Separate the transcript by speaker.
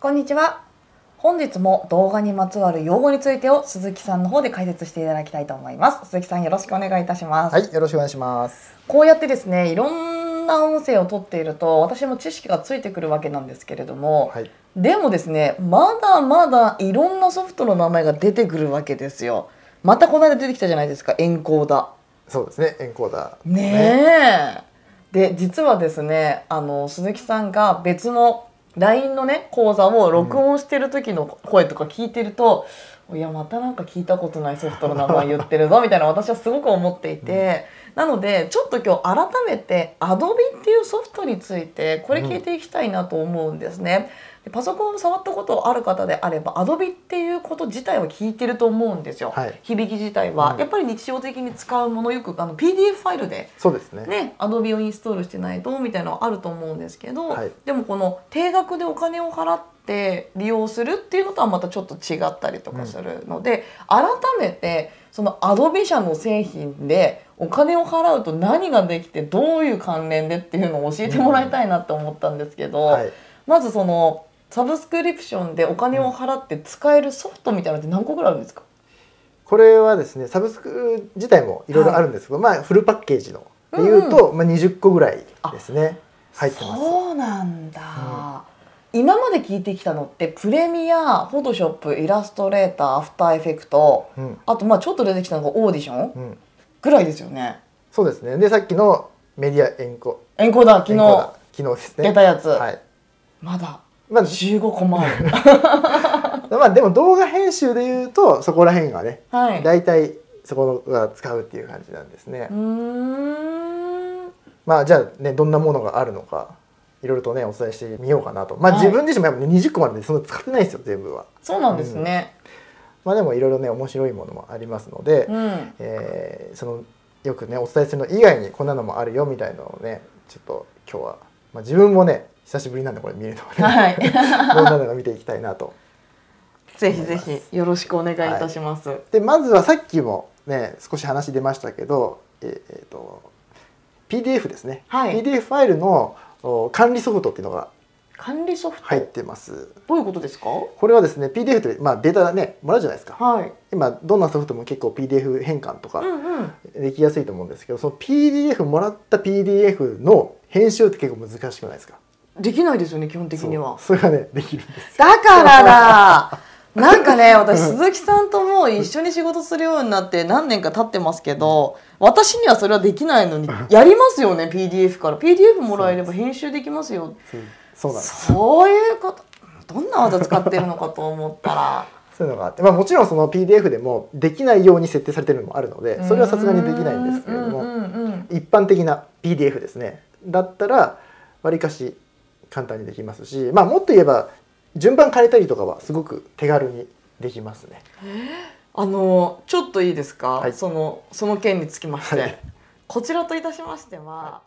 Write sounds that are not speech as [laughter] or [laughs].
Speaker 1: こんにちは。本日も動画にまつわる用語についてを鈴木さんの方で解説していただきたいと思います。鈴木さんよろしくお願いいたします。
Speaker 2: はい、よろしくお願いします。
Speaker 1: こうやってですね、いろんな音声を取っていると私も知識がついてくるわけなんですけれども、
Speaker 2: はい、
Speaker 1: でもですね、まだまだいろんなソフトの名前が出てくるわけですよ。またこの間出てきたじゃないですか、エンコーダ
Speaker 2: そうですね、エンコーダー。
Speaker 1: ー。ねえ。で、実はですね、あの鈴木さんが別の LINE のね講座を録音してる時の声とか聞いてると、いやまたなんか聞いたことないソフトの名前言ってるぞみたいな私はすごく思っていて、なのでちょっと今日改めて Adobe っていうソフトについてこれ聞いていきたいなと思うんですね。でパソコンを触ったことある方であれば Adobe っていうこと自体は聞いてると思うんですよ、
Speaker 2: はい
Speaker 1: 響き自体は、
Speaker 2: うん
Speaker 1: やっぱり日常的に使うものよくあの PDF ファイルで
Speaker 2: そうですね。
Speaker 1: ね、Adobe をインストールしてないとみたいなのはあると思うんですけど、
Speaker 2: はい
Speaker 1: でもこの定額でお金を払って利用するっていうのとはまたちょっと違ったりとかするので、改めてその Adobe 社の製品でお金を払うと何ができてどういう関連でっていうのを教えてもらいたいなと思ったんですけど、
Speaker 2: はい、
Speaker 1: まずそのサブスクリプションでお金を払って使えるソフトみたいなのって何個ぐらいあるんですか、
Speaker 2: これはですね、サブスク自体もいろいろあるんですけど、まあフルパッケージのでいうと、まあ20個ぐらいですね。入ってます。
Speaker 1: そうなんだ、今まで聞いてきたのってプレミアフォトショップイラストレーターアフターエフェクト
Speaker 2: うん、
Speaker 1: あとまあちょっと出てきたのがオーディション
Speaker 2: うん、
Speaker 1: ぐらいですよね
Speaker 2: そうですね。で、さっきのメディアエンコ、
Speaker 1: エンコーダー
Speaker 2: エ
Speaker 1: 昨
Speaker 2: ンコーダ
Speaker 1: 日
Speaker 2: ー、昨日ですね。
Speaker 1: 出たやつ、
Speaker 2: はい。
Speaker 1: まだ
Speaker 2: まあ、
Speaker 1: 15個前
Speaker 2: まあでも動画編集でいうとそこら辺がね、
Speaker 1: はい
Speaker 2: だいたいそこが使うっていう感じなんですね。
Speaker 1: うーん
Speaker 2: まあじゃあねどんなものがあるのかいろいろとねお伝えしてみようかなとまあ
Speaker 1: はい
Speaker 2: 自分自身もやっぱ20個までそんな使ってないですよ全部は
Speaker 1: そうなんですね、
Speaker 2: まあでもいろいろね面白いものもありますので、
Speaker 1: うん
Speaker 2: えーそのよくねお伝えするの以外にこんなのもあるよみたいなのをねちょっと今日は、まあ、自分もね久しぶりなんでこれ見るのはね、
Speaker 1: [laughs] はい
Speaker 2: [laughs] どんなのが見ていきたいなと
Speaker 1: ぜひぜひよろしくお願いいたします、
Speaker 2: でまずはさっきもね少し話出ましたけどえっ、えーと PDF ですね、
Speaker 1: はい
Speaker 2: PDF ファイルのお管理ソフトっていうのが
Speaker 1: 管理ソフト、
Speaker 2: 入ってます
Speaker 1: どういうことですか
Speaker 2: これはですね PDF って、まあ、データねもらうじゃないですか
Speaker 1: はい
Speaker 2: 今どんなソフトも結構 PDF 変換と
Speaker 1: う
Speaker 2: か
Speaker 1: んうん
Speaker 2: できやすいと思うんですけどその PDF もらった PDF の編集って結構難しくないですか
Speaker 1: できないですよね基本的には
Speaker 2: そうそれがねできるんです
Speaker 1: だからだなんかね私鈴木さんともう一緒に仕事するようになって何年か経ってますけど私にはそれはできないのにやりますよね PDF から PDF もらえれば編集できますよ
Speaker 2: そうそうなんです
Speaker 1: そういうことどんな技使ってるのかと思ったら
Speaker 2: そういうのがあって、まあ、もちろんその PDF でもできないように設定されてるのもあるの [laughs] でそれはさすがにできないんですけれど
Speaker 1: うん
Speaker 2: も
Speaker 1: うんうんうん
Speaker 2: 一般的な PDF ですねだったらわりかし簡単にできますし、まあ、もっと言えば順番変えたりとかはすごく手軽にできますね。
Speaker 1: あのちょっといいですか、
Speaker 2: はい
Speaker 1: そのその件につきまして、
Speaker 2: はい
Speaker 1: こちらといたしましては、